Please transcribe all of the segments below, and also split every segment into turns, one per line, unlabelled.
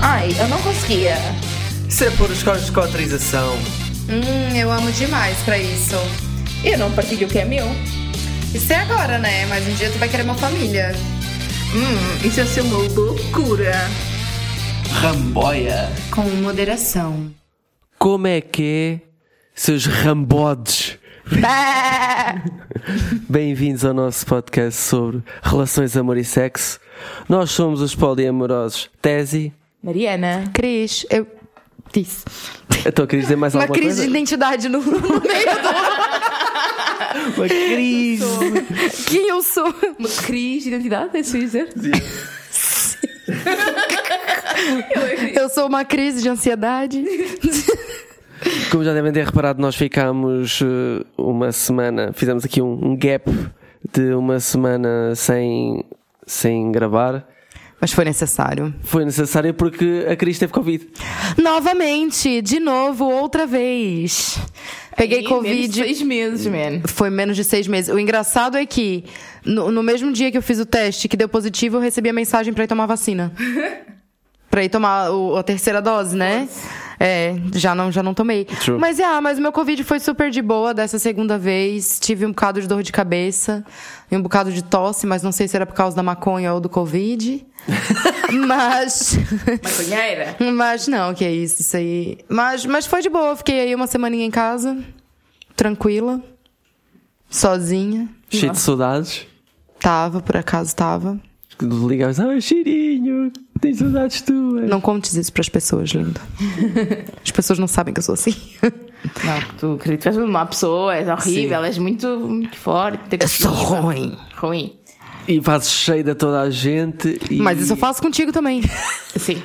Ai, eu não conseguia.
Isso é por escotrização.
Hum, eu amo demais pra isso.
E eu não partilho o que é meu.
Isso é agora, né? Mas um dia tu vai querer uma família.
Hum, isso ia ser uma loucura.
Ramboia.
Com moderação.
Como é que é, seus rambodes? Bem-vindos ao nosso podcast sobre relações, amor e sexo. Nós somos os poliamorosos Tesi.
Mariana.
Cris, eu disse.
Eu estou a querer dizer mais
Uma
alguma
crise de
coisa?
identidade no, no meio
Uma crise.
de quem eu sou.
Uma crise de identidade, é isso que eu ia dizer?
Eu sou uma crise de ansiedade.
Como já devem ter reparado, nós ficámos eh, uma semana, fizemos aqui um, um gap de uma semana sem, sem gravar.
Mas foi necessário.
Foi necessário porque a Cris teve Covid.
Novamente, de novo, outra vez. Peguei
Aí, menos de
Covid.
Seis meses, man.
Foi menos de seis meses. O engraçado é que, no, no mesmo dia que eu fiz o teste, que deu positivo, eu recebi a mensagem pra ir tomar vacina. pra ir tomar o- a terceira dose, né? É, já não, já não tomei.
True.
Mas, ah, mas o meu Covid foi super de boa dessa segunda vez. Tive um bocado de dor de cabeça e um bocado de tosse, mas não sei se era por causa da maconha ou do Covid. mas...
Maconheira.
Mas não, que é isso, isso aí. Mas, mas foi de boa, fiquei aí uma semaninha em casa, tranquila, sozinha.
Cheio de saudades.
Tava, por acaso tava.
Ligavas, ah, cheirinho, tens saudades tuas.
Não contes isso pras pessoas, linda. As pessoas não sabem que eu sou assim.
Não, tu, querido, tu és uma má pessoa, és horrível, és muito, muito forte. Eu
sou ruim.
Ruim.
E fazes cheio de toda a gente. E...
Mas isso eu faço contigo também.
Sim.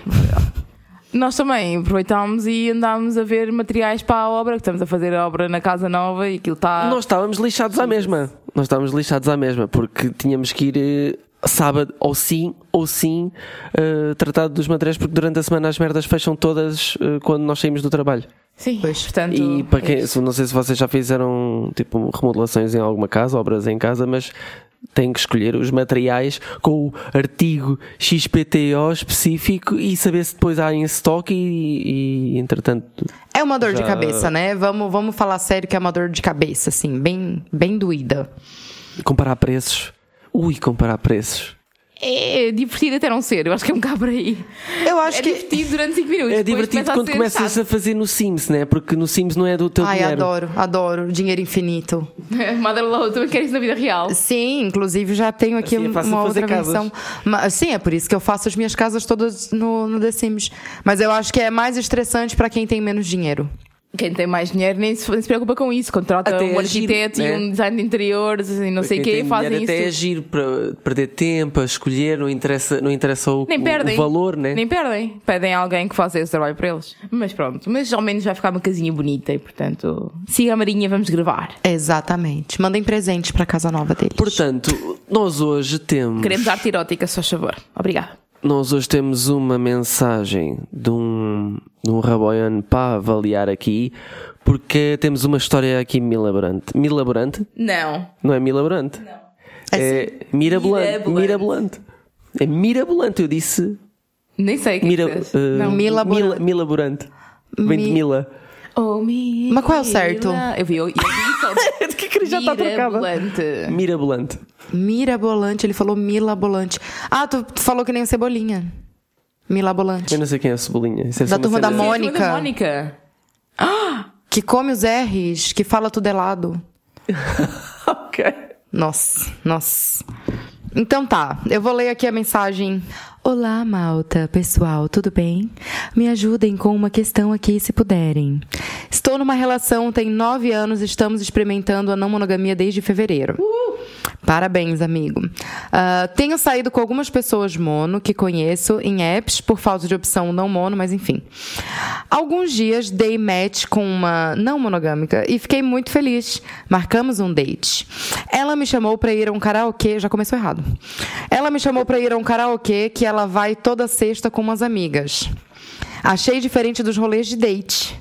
Nós também aproveitámos e andámos a ver materiais para a obra, que estamos a fazer a obra na Casa Nova e aquilo tá está.
Nós estávamos lixados à mesma. Nós estávamos lixados à mesma, porque tínhamos que ir eh, sábado ou sim, ou sim, eh, tratar dos materiais, porque durante a semana as merdas fecham todas eh, quando nós saímos do trabalho.
Sim,
Pois.
portanto.
E para
é
quem,
isso.
se- não sei se vocês já fizeram tipo remodelações em alguma casa, obras em casa, mas têm que escolher os materiais com o artigo XPTO específico e saber se depois há em estoque e, e, entretanto.
É uma dor de
Já-
cabeça, né? Vamos, vamos falar sério que é uma dor de cabeça, assim, bem, bem doída.
Comparar preços. Ui, comparar preços.
É divertido até não ser, eu acho que é um bocado por aí.
Eu acho
é
que.
divertido durante 5 minutos.
É
depois
divertido
começa a
quando
ser
começas
chato.
a fazer no Sims, né? Porque no Sims não é do teu
Ai,
dinheiro.
adoro, adoro. Dinheiro infinito.
Mother Lode, também quer isso na vida real.
Sim, inclusive já tenho aqui
Assim é
um-
fácil
uma
fazer
outra
casas.
versão. Ma- Sim, é por isso que eu faço as minhas casas todas no, no The Sims. Mas eu acho que é mais estressante pra quem tem menos dinheiro.
Quem tem mais dinheiro nem se, nem se preocupa com isso. Contrata
Até
um
é giro,
arquiteto
né?
e um design de interiores e não sei o quê, fazem
até
isso.
agir para perder tempo, a escolher, não interessa, não interessa o,
Nem
o-
perdem.
o valor, né?
Nem perdem. Pedem a alguém que faça esse trabalho para eles. Mas pronto, mas ao menos vai ficar uma casinha bonita e portanto. Siga a Marinha, vamos gravar.
Exatamente. Mandem presente pra casa nova deles.
Portanto, nós hoje temos.
Queremos arte erótica, se faz favor. Obrigada.
Nós hoje temos uma mensagem de um, de um Raboiano para avaliar aqui, porque temos uma história aqui milaborante. Milaborante?
Não.
Não é milaborante? Não. É,
Assim,
mirabolante.
Mirabolante.
Mirabolante. É mirabolante, eu disse.
Nem sei o que
Mira,
é que disseste.
eh,
Não, milaborante.
Mila, milaborante. Vem de
Mi-
Mila.
Oh, mi-
Mas qual é o certo? É
Eu vi, eu, eu vi
Que que já
tá
está trocada.
Eh.
Mirabolante.
Mirabolante.
Mirabolante, ele falou milabolante. Ah, tu, tu falou que nem o Cebolinha. Milabolante.
Eu não sei quem é a Cebolinha. Isso deve
Da
ser uma
turma da
cena-
Mônica.
Sim, a turma da Mônica.
Que come os R's, que fala tudo elado.
Ok.
Nossa, nossa. Então tá, eu vou ler aqui a mensagem. Olá, malta, pessoal, tudo bem? Me ajudem com uma questão aqui, se puderem. Estou numa relação, tem nove anos, estamos experimentando a não monogamia desde fevereiro. Parabéns, amigo. Ah, tenho saído com algumas pessoas mono que conheço em apps, por falta de opção não mono, mas enfim. Alguns dias dei match com uma não monogâmica e fiquei muito feliz. Marcamos um date. Ela me chamou pra ir a um karaokê, já começou errado. Ela me chamou pra ir a um karaokê que ela vai toda sexta com umas amigas. Achei diferente dos rolês de date.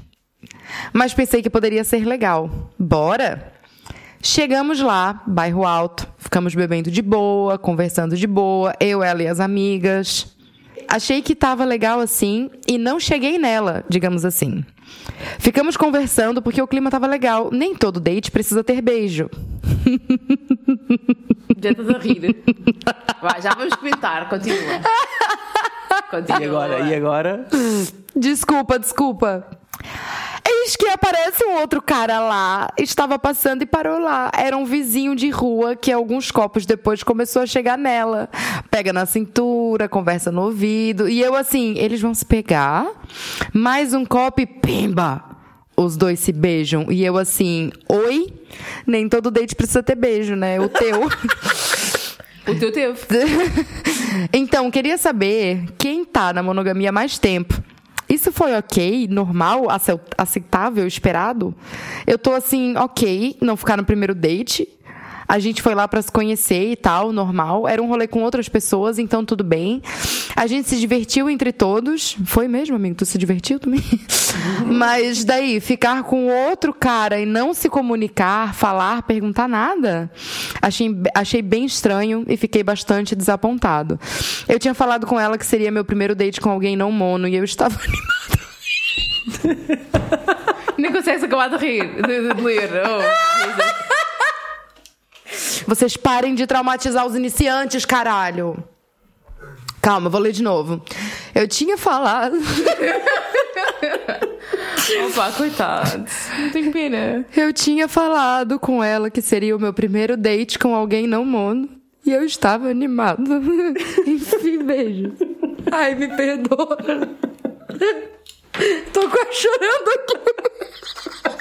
Mas pensei que poderia ser legal. Bora! Chegamos lá, bairro alto, ficamos bebendo de boa, conversando de boa, eu, ela e as amigas. achei que estava legal assim e não cheguei nela, digamos assim. Ficamos conversando porque o clima estava legal. Nem todo date precisa ter beijo.
Já estás a rir. Vai, já vamos comentar. Continua. Continua.
E agora? E agora?
Desculpa, desculpa. Eis que aparece um outro cara lá. Estava passando e parou lá. Era um vizinho de rua que alguns copos depois começou a chegar nela. Pega na cintura, conversa no ouvido. E eu assim, eles vão se pegar. Mais um copo e pimba! Os dois se beijam. E eu assim, oi? Nem todo date precisa ter beijo, né? O teu.
O teu teve.
então, queria saber quem tá na monogamia há mais tempo. Isso foi ok, normal, acel- aceitável, esperado? Eu tô assim, ok, não ficar no primeiro date. A gente foi lá pra se conhecer e tal, normal. Era um rolê com outras pessoas, então tudo bem. A gente se divertiu entre todos. Foi mesmo, amigo? Tu se divertiu também? Mas daí, ficar com outro cara e não se comunicar, falar, perguntar nada, achei, achei bem estranho e fiquei bastante desapontado. Eu tinha falado com ela que seria meu primeiro date com alguém não mono e eu estava
Nem consegues acabar de rir. De, de ler. Oh,
Vocês parem de traumatizar os iniciantes, caralho. Calma, vou ler de novo. Eu tinha falado.
Jesus. Opa, Oh, coitados. Não tenho pena.
Eu tinha falado com ela que seria o meu primeiro date com alguém não mono. E eu estava animada. Enfim, beijo. Ai, me perdoa. Tô quase chorando aqui.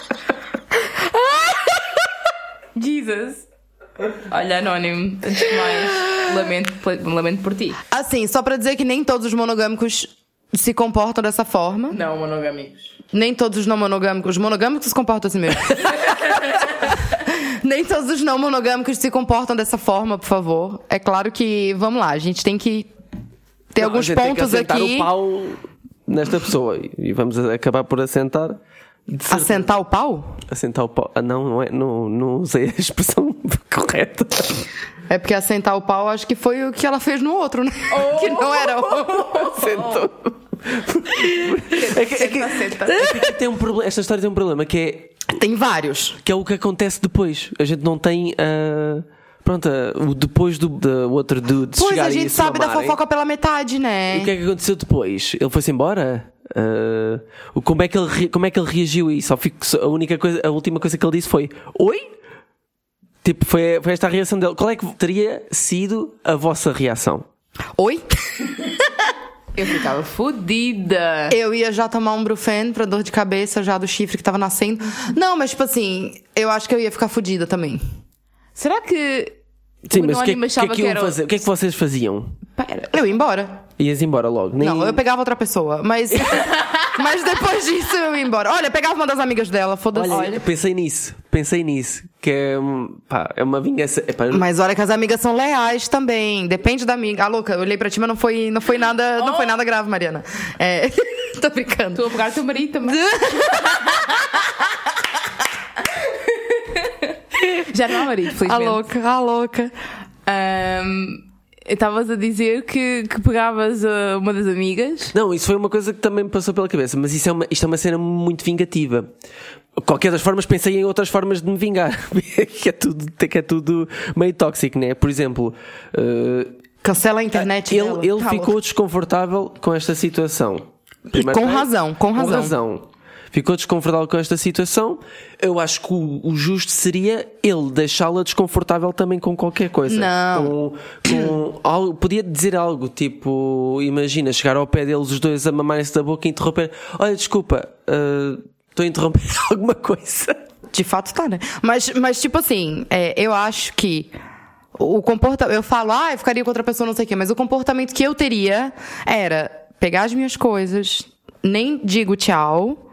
Jesus. Olha, Anónimo, antes de mais, lamento, pela- lamento por ti.
Assim, só pra dizer que nem todos os monogâmicos se comportam dessa forma.
Não, é monogâmicos.
Nem todos os não monogâmicos. Os monogâmicos se comportam assim mesmo. Nem todos os não monogâmicos se comportam dessa forma, por favor. É claro que, vamos lá, a gente tem que ter
Não, a
alguns
gente tem que
pontos
assentar
aqui.
o pau nesta pessoa. E vamos a- acabar por assentar. De cer-
Assentar o pau?
Assentar o pau. Ah, não, não, é, não, não usei a expressão correta.
É porque assentar o pau acho que foi o que ela fez no outro, né? que não era o.
Assentou. É que, é que- é que tem um problema, esta história tem um problema que é
Tem vários.
que é o que acontece depois. A gente não tem ah, pronto, ah, o depois do, do outro dude
Pois
chegar e
a
é
gente
se
sabe da
mamarem.
fofoca pela metade,
E
né?
o que é que aconteceu depois? Ele foi-se embora? Ah, o- como, é que ele, re- como é que ele reagiu a isso? Ou fico- só- a, única coisa, a última coisa que ele disse foi Oi? Tipo, foi, foi esta a reação dele. Qual é que teria sido a vossa reação?
Oi?
Eu ficava fodida.
Eu ia já tomar um brufen pra dor de cabeça já do chifre que tava nascendo. Não, mas tipo assim, eu acho que eu ia ficar fodida também.
Será que.
Sim,
O
mas o que, é- o que é
Anónimo achava
que
que
iam
era o-
fazer? O que é que vocês faziam?
Pera.
Eu ia embora.
Ias embora logo? Nem-
Não, eu pegava outra pessoa, mas. mas depois disso eu ia embora. Olha, pegava uma das amigas dela, foda-se.
Olha, pensei nisso, pensei nisso, que é, hum, pá, é uma vingança. Epá, eu-
Mas olha que as amigas são leais também. Depende da amiga. Ah, louca, eu olhei pra ti, mas não foi, não foi nada. Não foi nada grave, Mariana. É. Tô brincando.
Estou a pegar o teu marido também. Já não há marido,
Ah,
felizmente.
louca, ah, louca.
Ahm, Estavas a dizer que, que pegavas ah, uma das amigas.
Não, isso foi uma coisa que também me passou pela cabeça, mas isso é uma, isto é uma cena muito vingativa. Qualquer das formas, pensei em outras formas de me vingar, que é tudo, que é tudo meio tóxico, né? Por exemplo, eh,
Cancela a internet.
ele,
dela.
ele
Tá
ficou
louca.
desconfortável com esta situação.
com razão, com razão.
Ficou desconfortável com esta situação. Eu acho que o, o justo seria ele deixá-la desconfortável também com qualquer coisa.
Não.
Com, com algo, podia dizer algo, tipo, imagina, chegar ao pé deles os dois a mamarem-se da boca e interromper. Olha, desculpa, ah, estou a interromper alguma coisa.
De fato tá, né? Mas, mas tipo assim, é, eu acho que o comportamento. Eu falo, ah, eu ficaria com outra pessoa, não sei o quê, mas o comportamento que eu teria era pegar as minhas coisas, nem digo tchau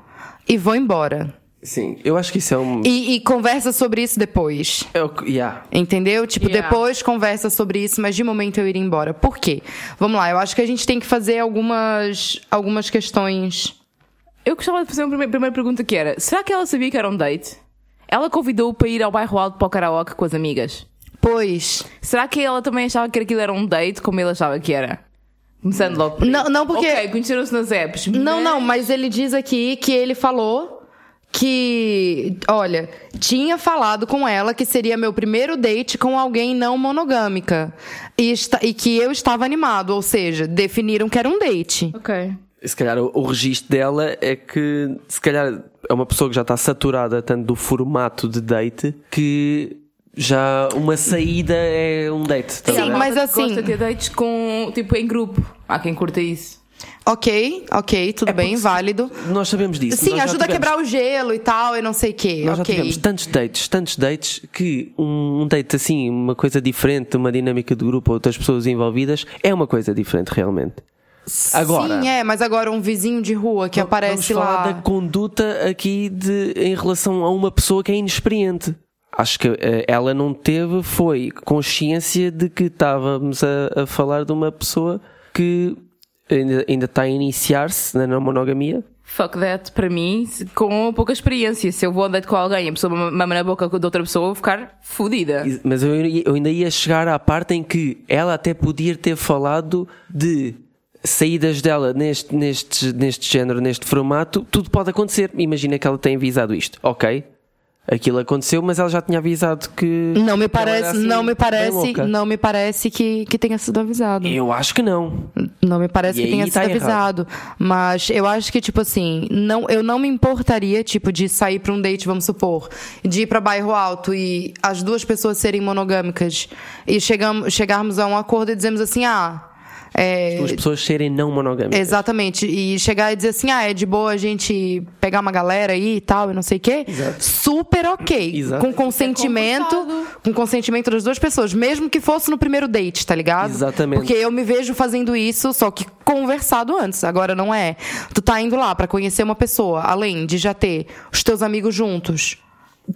e vou embora.
Sim, eu acho que isso é um.
E, e conversa sobre isso depois.
É o que- yeah.
Entendeu? Tipo,
Yeah.
depois conversa sobre isso, mas de momento eu ir embora. Por quê? Vamos lá, eu acho que a gente tem que fazer algumas, algumas questões.
Eu gostava de fazer uma primeira, primeira pergunta que era: será que ela sabia que era um date? Ela convidou-o para ir ao bairro alto para o karaoke com as amigas.
Pois,
Será que ela também achava que aquilo era um date, como ele achava que era? Começando logo. por aí.
Não- não, porque-
Ok, conheceram-se nas apps.
Não,
mas-
não,
Né?
mas ele diz aqui que ele falou que, olha, tinha falado com ela que seria meu primeiro date com alguém não monogâmica. E, esta- e que eu estava animado, ou seja, definiram que era um date.
Ok.
Se calhar o, o registro dela é que, se calhar, é uma pessoa que já está saturada tanto do formato de date que já uma saída é um date. tá
Sim,
bem?
Ela
mas
Gosta
assim-
de ter dates com, tipo, em grupo. Há quem curta isso.
Ok, ok, tudo bem, válido.
Nós sabemos disso.
Sim,
É Nós já
ajuda a
tivemos-
quebrar o gelo e tal, e não sei o quê.
Nós já
ok.
tivemos tantos dates, tantos dates, que um, um date assim, uma coisa diferente, uma dinâmica de grupo, outras pessoas envolvidas, é uma coisa diferente realmente. Agora,
Sim, é, mas agora um vizinho de rua que
vamos
aparece
falar
lá.
da conduta aqui de, em relação a uma pessoa que é inexperiente. Acho que eh, ela não teve, foi consciência de que estávamos a, a falar de uma pessoa que ainda, ainda está a iniciar-se na não monogamia.
Fuck that, para mim, se- com pouca experiência. Se eu vou andar com alguém e a pessoa ma- mama na boca de outra pessoa, eu vou ficar fodida.
E- Mas eu, ia- eu ainda ia chegar à parte em que ela até podia ter falado de saídas dela neste, neste, neste género, neste formato, tudo pode acontecer. Imagina que ela tem avisado isto, ok? Aquilo aconteceu, mas ela já tinha avisado que.
Não me
que ela era
parece,
assim,
não me
bem
parece,
louca.
não me parece que, que tenha sido avisado.
Eu acho que não.
Não me parece
E
que tenha
aí
sido
tá errado.
avisado. Mas eu acho que, tipo assim, não, eu não me importaria, tipo, de sair pra um date, vamos supor, de ir pra bairro alto e as duas pessoas serem monogâmicas e chegam, chegarmos a um acordo e dizemos assim, ah. é,
As pessoas serem não monogâmicas.
Exatamente. E chegar e dizer assim, ah, é de boa a gente pegar uma galera aí e tal, e não sei o quê. Super ok.
Exato.
Com consentimento. Com consentimento das duas pessoas. Mesmo que fosse no primeiro date, tá ligado?
Exatamente.
Porque eu me vejo fazendo isso, só que conversado antes. Agora não é. Tu tá indo lá pra conhecer uma pessoa, além de já ter os teus amigos juntos.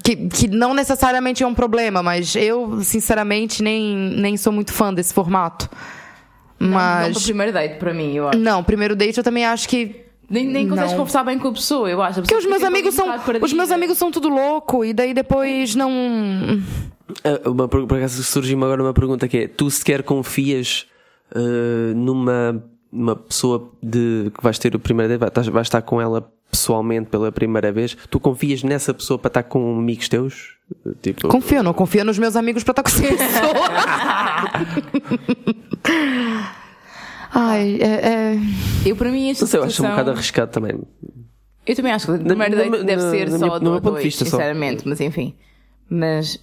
Que, que não necessariamente é um problema, mas eu, sinceramente, nem, nem sou muito fã desse formato.
Não,
Mas.
Então, para o primeiro date, para mim, eu acho.
Não, primeiro date eu também acho que.
Nem, nem consegues
Não.
conversar bem com a pessoa, eu acho. A
Porque
pessoa
os meus
fica
amigos são.
um bocado
Os meus
perdida.
amigos são tudo louco. E daí depois não.
Ah, Uma, por por acaso surgiu-me agora uma pergunta que é: tu sequer confias ah, numa uma pessoa de, que vais ter o primeiro date, vais, vais estar com ela pessoalmente pela primeira vez, tu confias nessa pessoa para estar com amigos teus? Tipo,
Confio, não confio nos meus amigos pra estar com essa pessoa. Ai, é, é-
Eu, para mim, esta
não sei, eu acho um
situação-
bocado arriscado também.
Eu também acho que o primeiro
no
date
meu-
deve
no-
ser
no
só
meu-
a
no meu
dois,
ponto de vista só.
sinceramente, mas enfim. Mas,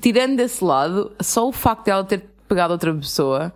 tirando desse lado, só o facto dela ter pegado outra pessoa,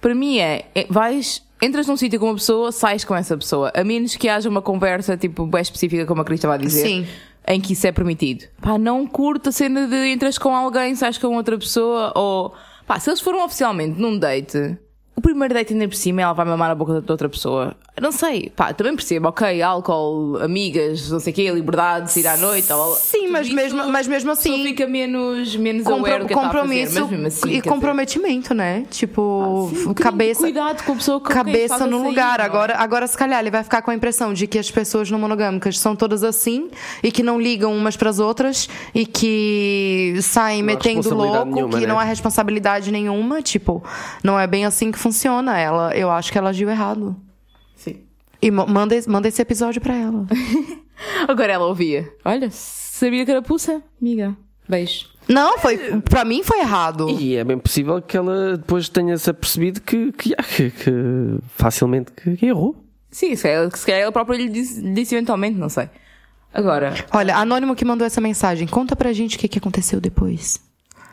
para mim é, é- vais, entras num sítio com uma pessoa, sais com essa pessoa, a menos que haja uma conversa, tipo, bem específica, como a Cris estava a dizer.
Sim.
Em que isso é permitido. Pá, não curto a cena de entras com alguém, sais com outra pessoa, ou... Pá, se eles foram oficialmente num date, o primeiro date ainda por cima ela vai mamar a boca da outra pessoa. Não sei, pá, também percebo, ok, álcool, amigas, não sei o quê, liberdade, sair à noite, ou...
Sim, mas mesmo, mas mesmo
A pessoa
assim.
fica menos, menos
compro-
aware do que tá a fazer, mas
compromisso
mesmo assim,
e
quer dizer-
comprometimento, né? Tipo,
sim, um bocadinho de
cabeça.
cuidado com a pessoa com quem
Cabeça
estás a
no
sair,
lugar.
não é?
Agora, agora, se calhar, ele vai ficar com a impressão de que as pessoas não monogâmicas são todas assim e que não ligam umas pras outras e que saem
Não há
metendo
responsabilidade
louco,
nenhuma,
que
né?
não há responsabilidade nenhuma. Tipo, não é bem assim que funciona. Ela, eu acho que ela agiu errado.
Sim.
E mo- manda, es- manda esse episódio pra ela.
Agora ela ouvia. Olha, sabia que era pulsa? Amiga. Beijo.
não, foi. Pra mim foi errado.
E é bem possível que ela depois tenha-se apercebido que, que, ah, que- que facilmente que, que errou.
Sim, se calhar, se calhar ela própria lhe disse, lhe disse eventualmente, não sei. Agora,
Olha, anônimo que mandou essa mensagem, conta pra gente o que, que aconteceu depois.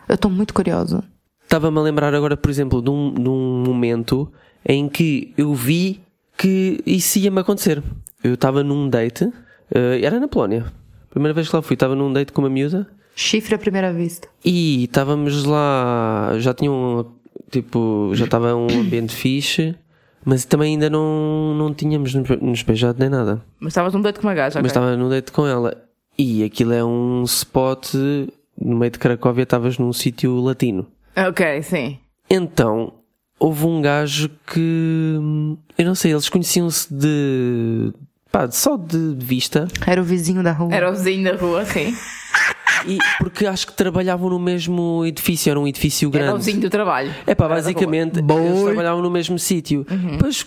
Eu tô muito curiosa.
Estava-me a lembrar agora, por exemplo, de um, de um momento em que eu vi que isso ia-me acontecer. Eu estava num date, eh, era na Polónia. Primeira vez que lá fui, estava num date com uma miúda
Chifre à primeira vista.
e estávamos lá, já tinha um, tipo, já estava um ambiente fixe, mas também ainda não, não tínhamos nos nos beijado nem nada.
mas estavas num date com uma gaja.
Mas
ok?
estava num date com ela. E aquilo é um spot, no meio de Cracóvia estavas num sítio latino.
Ok, sim.
Então, houve um gajo que. hum, Eu não sei, eles conheciam-se de. pá, só de vista.
Era o vizinho da rua.
Era o vizinho da rua, sim.
E, porque acho que trabalhavam no mesmo edifício, era um edifício grande.
Era o vizinho do trabalho.
É pá, basicamente, eles trabalhavam no mesmo sítio.
Uhum.
Depois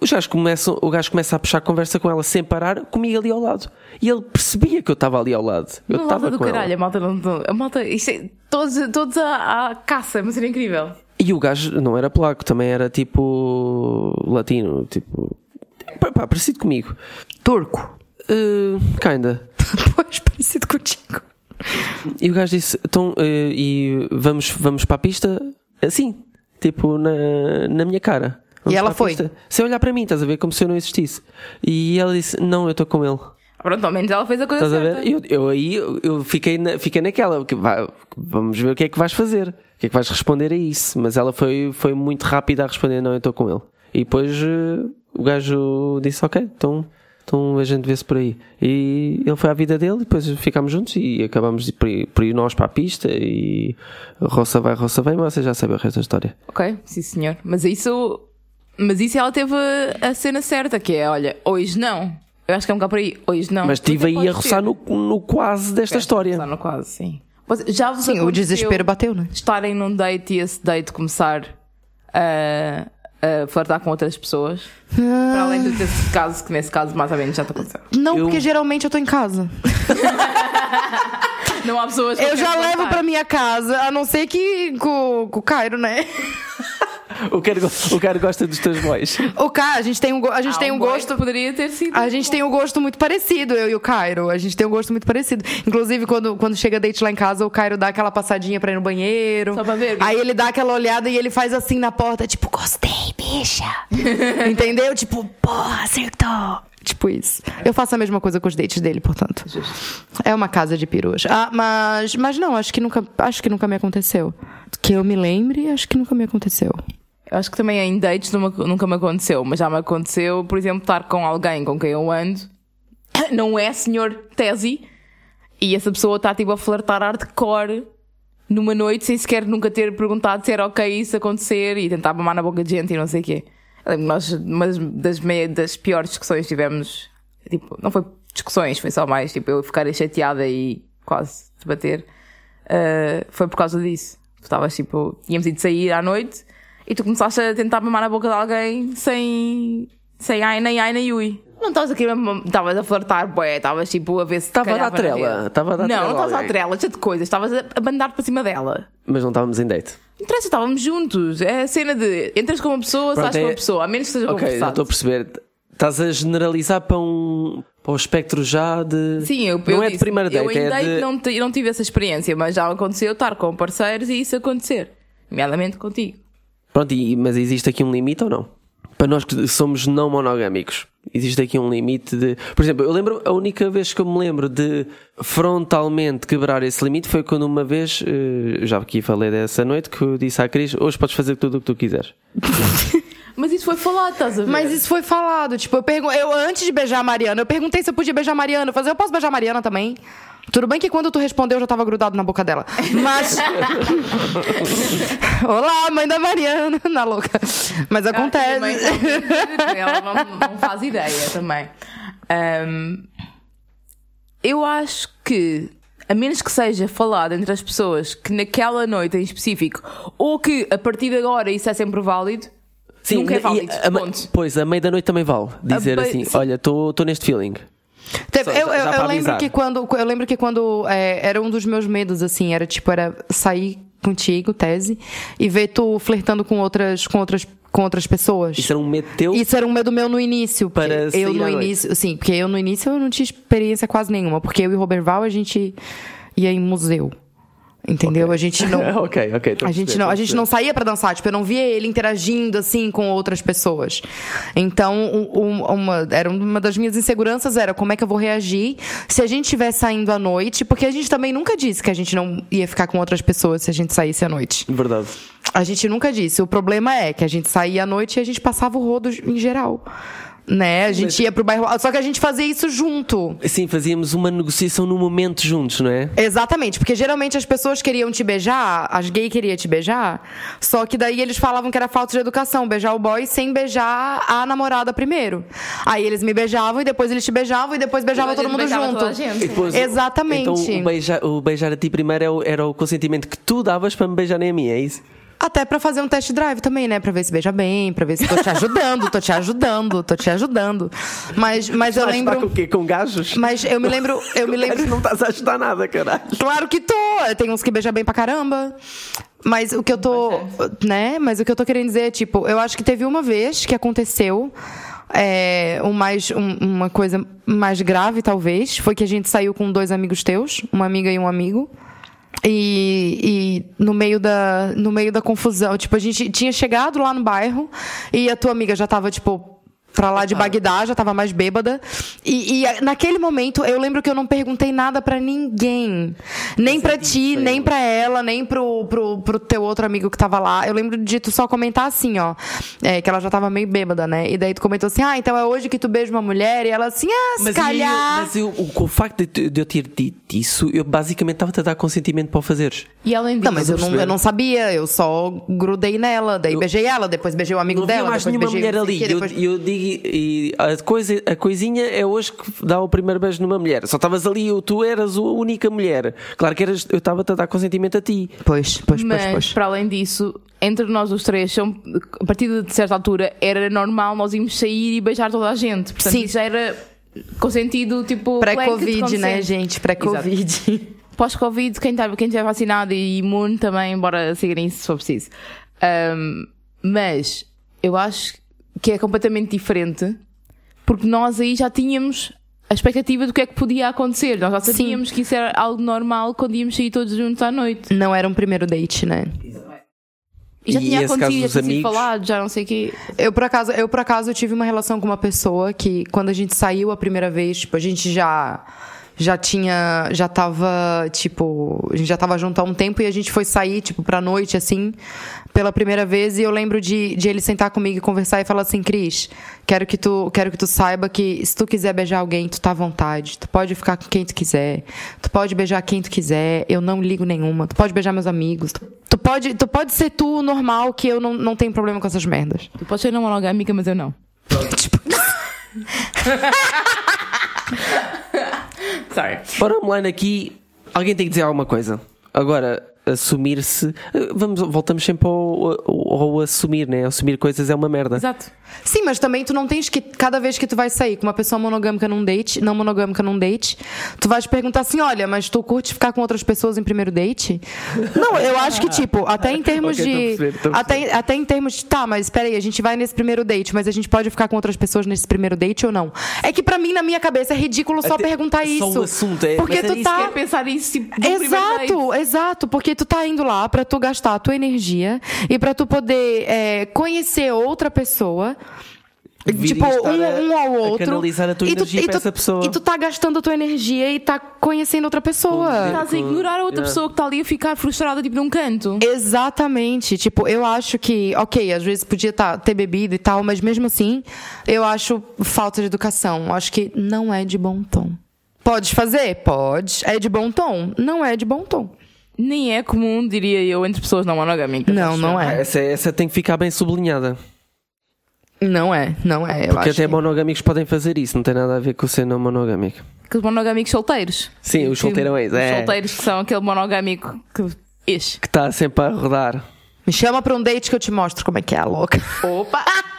os gajos começam, o gajo começa a puxar conversa com ela sem parar, comigo ali ao lado. E ele percebia que eu estava ali ao lado. Eu
Não, a malta
estava
do
com ela.
caralho, a malta não. não- A malta. Isto é, todos todos à, à caça, mas era incrível.
E o gajo não era polaco, também era tipo latino, tipo. pá, pá, parecido comigo.
Turco.
Eh, kinda.
pois, parecido contigo.
E o gajo disse: então, eh, e vamos, vamos para a pista assim, tipo na, na minha cara. Vamos
ela
para a
foi?
pista. Sem olhar para mim, estás a ver? Como se eu não existisse. E ela disse: não, eu estou com ele.
Ah, Pronto, ao menos ela fez a coisa
Estás a
Tá certa.
ver? Eu, eu aí eu eu fiquei, na, fiquei naquela. que vá- vamos ver o que é que vais fazer. O que é que vais responder a isso. Mas ela foi, foi muito rápida a responder: não, eu estou com ele. E depois eh, o gajo disse: ok, então, então a gente vê-se por aí. E ele foi à vida dele, e depois ficámos juntos e acabámos de ir por, aí- por ir nós para a pista. E roça vai, roça vem, mas você já sabe o resto da história.
Ok, sim senhor. Mas isso. Mas isso ela teve a, a cena certa, que é, olha, hoje não. Eu acho que é um bocado por aí, hoje não.
Mas estive
Até
aí
pode
a roçar
ser.
no, no quase desta
Roçar
história.
no quase, sim. Pois, Já vos
Sim, o
aconteceu
desespero bateu, né?
Estarem num date e esse date começar a, a flertar com outras pessoas. Para além do desse caso, que nesse caso mais ou menos já está acontecendo.
Não,
Eu-
porque geralmente eu tô em casa.
Não há pessoas que
Eu já
querem
levo
flertar.
pra minha casa, a não ser que com, com o Cairo, né?
O cara, go- o cara gosta dos teus boys.
O Cairo, a gente tem um, go- a gente
Há
tem um
boy
gosto.
que Poderia ter sido.
A gente tem um gosto muito parecido, eu e o Cairo. A gente tem um gosto muito parecido. Inclusive, quando, quando chega date lá em casa, o Cairo dá aquela passadinha pra ir no banheiro.
Só pra ver, né?
Aí ele dá aquela olhada e ele faz assim na porta, tipo, gostei, bicha. Entendeu? Tipo, porra, acertou. Tipo isso. Eu faço a mesma coisa com os dates dele, portanto. É uma casa de perus. Ah, mas, mas não, acho que, nunca, acho que nunca me aconteceu. Que eu me lembre, acho que nunca me aconteceu.
Eu acho que também em dates numa- nunca me aconteceu, mas já me aconteceu, por exemplo, estar com alguém com quem eu ando, não é senhor Tesi, e essa pessoa está tipo a flertar hardcore numa noite sem sequer nunca ter perguntado se era ok isso acontecer e tentar mamar na boca de gente e não sei o quê. Eu lembro que Nós, uma das- das, me- das piores discussões que tivemos, tipo, não foi discussões, foi só mais, tipo, eu ficar chateada e quase debater, ah, foi por causa disso. Tu estavas tipo, tínhamos ido sair à noite e tu começaste a tentar mamar na boca de alguém sem, sem ai nem ai nem ui. Não estavas aqui mesmo, estavas a flertar, boé, estavas tipo a ver se
Estava a dar
calhava na
trela,
rede.
estava a dar
Não,
trela
não estavas a
alguém.
dar trela, cheio de coisas, estavas a a bandar para cima dela.
Mas não estávamos em date.
Não interessa, estávamos juntos. É a cena de entras com uma pessoa,
Pronto,
sais com
é-
uma pessoa, a menos que seja
Ok, já
conversado.
estou a perceber. Estás a generalizar para um, para um espectro já de.
Sim, eu,
Não
eu
é de
disse,
primeira date,
eu em
é
date
de.
não, ti- não tive essa experiência, mas já aconteceu estar com parceiros e isso acontecer. Nomeadamente contigo.
Pronto, e- mas existe aqui um limite ou não? Para nós que somos não monogâmicos, existe aqui um limite de. Por exemplo, eu lembro, a única vez que eu me lembro de frontalmente quebrar esse limite foi quando uma vez, eh, já aqui falei dessa noite, que eu disse à Cris: hoje podes fazer tudo o que tu quiseres.
Mas isso foi falado, estás a ver?
Mas isso foi falado. Tipo, eu, pergun- eu antes de beijar a Mariana, eu perguntei se eu podia beijar a Mariana. Eu falei, assim, eu posso beijar a Mariana também? Tudo bem que quando tu respondeu, eu já tava grudado na boca dela. Mas. Olá, mãe da Mariana. Na louca. Mas acontece.
Também- Ela não, não faz ideia também. Ahm, eu acho que, a menos que seja falado entre as pessoas que naquela noite em específico, ou que a partir de agora isso é sempre válido, nunca é
e
válido.
a- a-
ponto.
pois, a meio da noite também vale. Dizer
ba-
assim:
sim.
olha, estou neste feeling.
Teve-
Só-
eu,
já-
eu-
já
eu
pra
lembro
avisar.
que quando eu lembro que quando é, era um dos meus medos assim era tipo era sair contigo tese e ver tu flertando com outras com outras com outras pessoas
Isso era um medo teu?
Isso era um medo meu no início. porque
Para sair
eu no
à noite.
início, sim, porque eu no início eu não tinha experiência quase nenhuma, porque eu e o Robert Val a gente ia em museu. Entendeu? A gente não
ok, ok. tô
a gente
perceber,
não,
tô
a gente
perceber.
não saía pra dançar, tipo, eu não via ele interagindo assim com outras pessoas. Então, um- um- uma, era uma das minhas inseguranças era como é que eu vou reagir se a gente estiver saindo à noite, porque a gente também nunca disse que a gente não ia ficar com outras pessoas se a gente saísse à noite.
Verdade.
A gente nunca disse. O problema é que a gente saía à noite e a gente passava o rodo em geral. Né? A gente ia pro bairro. alto, Só que a gente fazia isso junto.
Assim, fazíamos uma negociação no momento juntos, não é?
Exatamente, porque geralmente as pessoas queriam te beijar, as gays queriam te beijar, só que daí eles falavam que era falta de educação, beijar o boy sem beijar a namorada primeiro. Aí eles me beijavam e depois eles te beijavam e depois beijava
Depois
todo
ele
mundo
beijava
junto.
toda a gente.
E depois o-
Exatamente.
Então o beijar, o beijar a ti primeiro é o- era o consentimento que tu davas para me beijarem a mim, é isso?
Até pra fazer um test drive também, né? Pra ver se beija bem, pra ver se tô te ajudando, tô te ajudando, tô te ajudando. Mas, mas eu
Vais falar
lembro.
com o quê? Com gajos?
Mas eu me lembro, eu me lembro.
Não estás a ajudar nada, caralho.
Claro que tô! Tem uns que beijam bem pra caramba. Mas o que eu tô. Né? Mas o que eu tô querendo dizer é, tipo, eu acho que teve uma vez que aconteceu. é, um mais, um- uma coisa mais grave, talvez, foi que a gente saiu com dois amigos teus, uma amiga e um amigo. E, e no, meio da, no meio da confusão, tipo, a gente tinha chegado lá no bairro e a tua amiga já tava, tipo, pra lá de Bagdá, já tava mais bêbada. E, e a- naquele momento eu lembro que eu não perguntei nada pra ninguém. Nem
é
pra ti, nem pra ela, nem pro, pro, pro teu outro amigo que tava lá. Eu lembro de tu só comentar assim, ó. é, que ela já tava meio bêbada, né? E daí tu comentou assim: ah, então é hoje que tu beija uma mulher. E ela assim, ah, se
Mas,
calhar.
eu, mas eu- o, o facto de, tu- de eu ter dito isso, eu basicamente estava a dar consentimento para o fazeres.
E além disso,
Não, Então, mas eu não, eu não sabia, eu só grudei nela, daí beijei ela, depois beijei o amigo
Não havia
dela,
mais
depois
nenhuma
beijei
mulher
não sei
ali.
o quê,
Eu,
depois-
eu digo, e a, coisa, a coisinha é hoje que dá o primeiro beijo numa mulher. Só estavas ali, eu, tu eras a única mulher. Claro que eras, eu estava a dar consentimento a ti.
Pois, pois,
Mas,
pois, pois.
para além disso, entre nós os três, são- a partir de certa altura, era normal nós irmos sair e beijar toda a gente. Portanto,
Sim.
isso já era consentido, tipo... blanket
Pré-Covid,
consent.
né, gente? Pré-Covid.
Pós-Covid, quem estiver quem tiver vacinado e imune também, embora seguirem isso se for preciso. Ahm, mas eu acho que é completamente diferente, porque nós aí já tínhamos a expectativa do que é que podia acontecer. Nós já sabíamos que isso era algo normal quando íamos sair todos juntos à noite.
Não era um primeiro date, né?
E já
E
tinha
esse caso
acontecido, já
dos
tinha sido
amigos?
falado, já não sei o quê.
Eu por acaso, eu por acaso tive uma relação com uma pessoa que quando a gente saiu a primeira vez, tipo, a gente já já tinha, já tava, tipo, a gente já tava junto há um tempo e a gente foi sair, tipo, pra noite, assim, pela primeira vez e eu lembro de, de ele sentar comigo e conversar e falar assim, Cris, quero que tu, quero que tu saiba que se tu quiser beijar alguém, tu tá à vontade, tu pode ficar com quem tu quiser, tu pode beijar quem tu quiser, eu não ligo nenhuma, tu pode beijar meus amigos, tu, tu pode, tu pode ser tu normal que eu não, não tenho problema com essas merdas.
Tu podes ser não monogâmica, mas eu não. Sorry.
Para online aqui, alguém tem que dizer alguma coisa. Agora, assumir-se. eh, Vamos, voltamos sempre ao, ao- ao assumir, né? Assumir coisas é uma merda.
Exato.
Sim, mas também tu não tens que, cada vez que tu vai sair com uma pessoa monogâmica num date, não monogâmica num date, tu vais perguntar assim: olha, mas tu curte ficar com outras pessoas em primeiro date? não, eu acho que, tipo, até em termos
Ok, tô
de.
percebendo, tô
até, até em termos de. Tá, mas peraí, a gente vai nesse primeiro date, mas a gente pode ficar com outras pessoas nesse primeiro date ou não? É que pra mim, na minha cabeça, é ridículo só
Até- só
perguntar isso.
o assunto, é-
Porque
mas é
tu
isso
tá.
Quer pensar nisso tipo, no primeiro date?
Exato, exato, porque tu tá indo lá pra tu gastar a tua energia e pra tu poder é, conhecer outra pessoa.
Vir e
tipo,
estar
um,
a-
um ao
a
outro.
canalizar a tua
E tu-
energia
e
para
tu-
essa pessoa.
E tu tá gastando a tua energia e tá conhecendo outra pessoa.
Estás a ignorar a outra
Yeah.
pessoa que está ali a ficar frustrada, tipo, num canto.
Exatamente. Tipo, eu acho que, ok, às vezes podia tá, ter bebido e tal, mas mesmo assim, eu acho falta de educação. Acho que não é de bom tom. Podes fazer? Pode. É de bom tom? Não é de bom tom.
Nem é comum, diria eu, entre pessoas não monogâmicas.
Não, não
Ah,
é.
Essa, essa tem que ficar bem sublinhada.
Não é, não é. Eu
Porque
acho
até
que...
monogâmicos podem fazer isso, não tem nada a ver com ser não monogâmico.
Que os monogâmicos solteiros.
Sim, os solteirões,
Os
é.
solteiros que são aquele monogâmico que. Ixi.
Que está sempre a rodar.
Me chama pra um date que eu te mostro como é que é a louca.
Opa!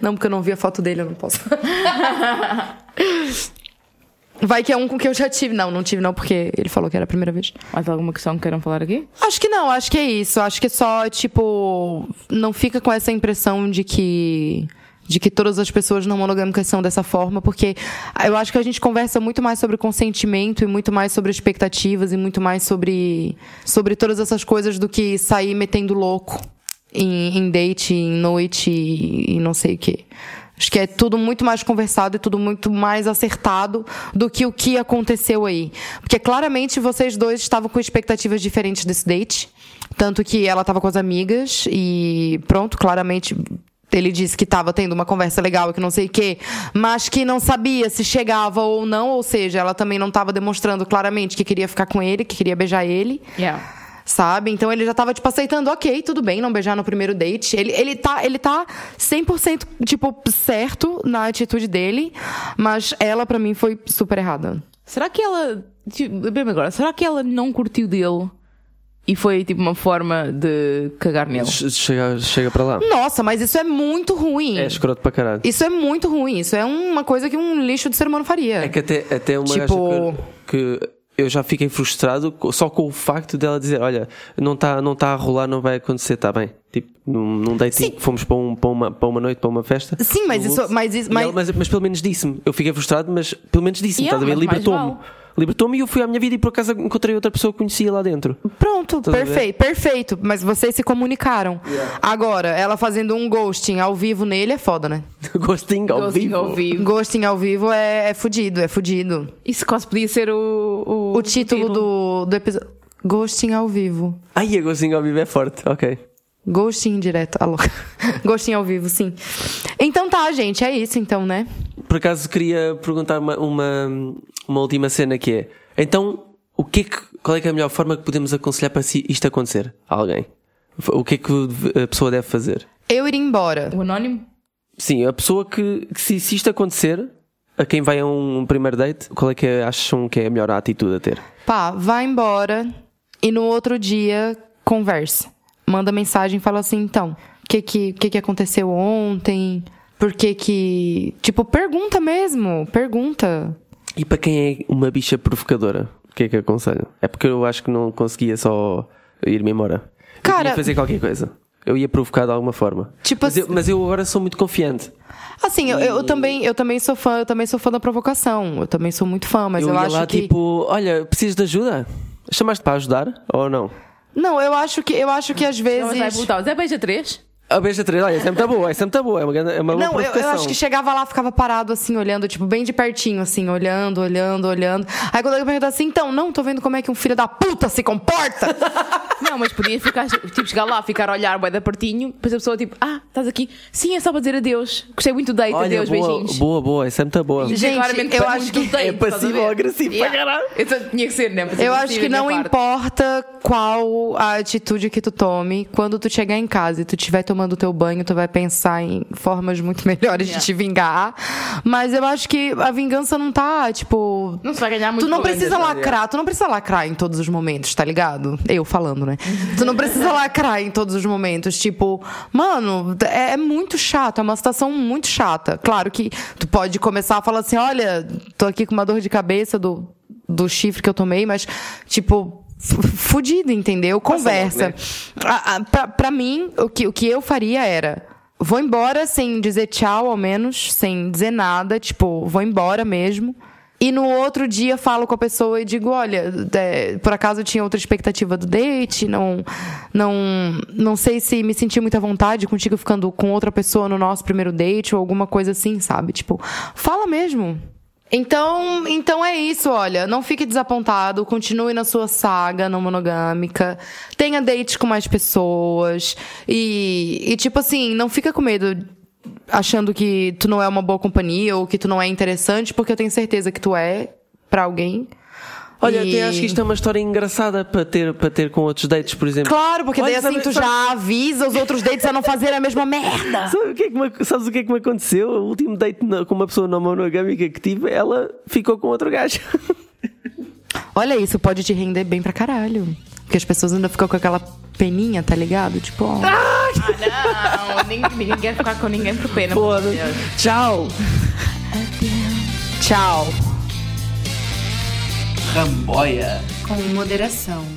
Não, porque eu não vi a foto dele, eu não posso. Vai que é um com que eu já tive. Não, não tive não, porque ele falou que era a primeira vez.
Mais alguma questão que queiram falar aqui?
Acho que não, acho que é isso. Acho que só, tipo, não fica com essa impressão de que. De que todas as pessoas não monogâmicas são dessa forma, porque eu acho que a gente conversa muito mais sobre consentimento e muito mais sobre expectativas e muito mais sobre, sobre todas essas coisas do que sair metendo louco em, em date, em noite e, e não sei o quê. Acho que é tudo muito mais conversado e tudo muito mais acertado do que o que aconteceu aí. Porque claramente vocês dois estavam com expectativas diferentes desse date. Tanto que ela estava com as amigas e pronto, claramente Ele disse que estava tendo uma conversa legal e que não sei o quê, mas que não sabia se chegava ou não, ou seja, ela também não estava demonstrando claramente que queria ficar com ele, que queria beijar ele.
Yeah.
Sabe? Então ele já tava, tipo, aceitando, ok, tudo bem, não beijar no primeiro date. Ele, ele, tá, ele tá 100%, tipo, certo na atitude dele, mas ela, pra mim, foi super errada.
Será que ela. Tipo, bem agora, será que ela não curtiu dele e foi tipo uma forma de cagar nele?
Che- Chega, chega para lá.
Nossa, mas isso é muito ruim.
É escroto para caralho.
Isso é muito ruim. Isso é uma coisa que um lixo de ser humano faria.
É que até, até uma
Tipo-
gaja que, que eu já fiquei frustrado co- só com o facto dela dizer: Olha, não está não tá a rolar, não vai acontecer, está bem. Tipo, num, num date em que fomos para, um, para, uma, para uma noite, para uma festa.
Sim, mas
no
isso-
Lux,
mas isso-
e
mas-
ela- mas, mas pelo menos disse-me. Eu fiquei frustrado, mas pelo menos disse-me,
Yeah,
estás a ver?
mas mais
Libertou-me.
vale.
Libertou-me e eu fui à minha vida e por acaso encontrei outra pessoa que conhecia lá dentro.
Pronto,
Tudo bem.
perfeito, perfeito. Mas vocês se comunicaram. Agora, ela fazendo um ghosting ao vivo nele é foda, né?
Gostinho ao
Ghosting
vivo.
ao vivo.
Ghosting ao vivo é, é fudido, é fudido.
Isso quase podia ser o. O,
O título do, do episódio. Ghosting ao vivo.
Ai, a gostinho ao vivo é forte, ok.
Ghosting direto. Alô. Ghosting ao vivo, sim. Então tá, gente, é isso então, né?
Por acaso queria perguntar uma, uma, uma última cena que é. Então, o que é que, qual é que é a melhor forma que podemos aconselhar para si isto acontecer a alguém? O que é que a pessoa deve fazer?
Eu ir embora.
O anónimo?
Sim, a pessoa que, que se, se isto acontecer, a quem vai a um, primeiro date, qual é que é- acham que é a melhor atitude a ter?
Pá, vai embora e no outro dia conversa. Manda mensagem e fala assim, então, o que que, que que aconteceu ontem? Por que que... Tipo, pergunta mesmo, pergunta.
E para quem é uma bicha provocadora, o que é que aconselho? É porque eu acho que não conseguia só ir-me embora. Eu
Cara-
ia fazer qualquer coisa. Eu ia provocar de alguma forma.
Tipo
mas, eu,
assim-
mas eu agora sou muito confiante.
Assim, eu, eu também, eu também sou fã, eu também sou fã da provocação. Eu também sou muito fã, mas eu,
eu, ia
acho
lá
que...
tipo, olha, preciso de ajuda? Chamaste para ajudar ou não?
Não, eu acho que, eu acho que às
Ela vai
vezes...
perguntar: Zé beija três?
A besta 3, olha, essa é muito boa, essa é muito boa, é uma, grande- é uma boa
Não, eu, eu
provocação.
acho que chegava lá, ficava parado assim, olhando, tipo, bem de pertinho, assim, olhando, olhando, olhando. Aí quando eu perguntava assim, então, não, tô vendo como é que um filho da puta se comporta.
Não, mas podia ficar, tipo, chegar lá, ficar a olhar bué da pertinho, depois a pessoa, tipo, ah, estás aqui? Sim, é só para dizer adeus. Gostei muito do date,
Olha,
adeus,
boa,
beijinhos.
boa, boa, essa é muito boa.
Gente, eu acho que
é passivo ou agressivo pra caralho.
Então tinha que ser, né? Passivo
Eu acho
agressivo
que
da
não
minha parte.
importa qual a atitude que tu tome, quando tu chegar em casa e tu estiver tomando o teu banho, tu vai pensar em formas muito melhores de te vingar. Mas eu acho que a vingança não tá, tipo.
Não se vai ganhar é muito
Tu não
com
precisa
vendas.
lacrar, tu não precisa lacrar em todos os momentos, tá ligado? Eu falando, né? Tu não precisa lacrar em todos os momentos. Tipo, mano, é, é muito chato, é uma situação muito chata. Claro que tu pode começar a falar assim: olha, tô aqui com uma dor de cabeça do, do chifre que eu tomei, mas, tipo. fu- Fudido, entendeu? Conversa. A- a- pra, pra mim, o que, o que eu faria era. Vou embora sem dizer tchau, ao menos, sem dizer nada, tipo, vou embora mesmo. E no outro dia falo com a pessoa e digo, olha, é, por acaso eu tinha outra expectativa do date, não, não, não sei se me senti muito à vontade contigo ficando com outra pessoa no nosso primeiro date ou alguma coisa assim, sabe? Tipo, fala mesmo. Então, então é isso, olha, não fique desapontado, continue na sua saga não monogâmica, tenha dates com mais pessoas e, e tipo assim, não fica com medo achando que tu não é uma boa companhia ou que tu não é interessante, porque eu tenho certeza que tu é pra alguém.
Olha,
E-
até acho que isto é uma história engraçada para ter, para ter com outros dates, por exemplo.
Claro, porque daí
Olha,
assim
sabe-
tu
sabe-
já avisa os outros dates a não fazer a mesma merda.
Sabe o que é que me- sabes o que é que me aconteceu? O último date na- com uma pessoa não monogâmica que tive, ela ficou com outro gajo.
Olha, isso pode te render bem pra caralho. Porque as pessoas ainda ficam com aquela peninha, tá ligado? Tipo, ó.
Não, ninguém, ninguém quer ficar com ninguém por pena. pelo amor de Deus.
Tchau!
tchau.
Ramboia.
Com moderação.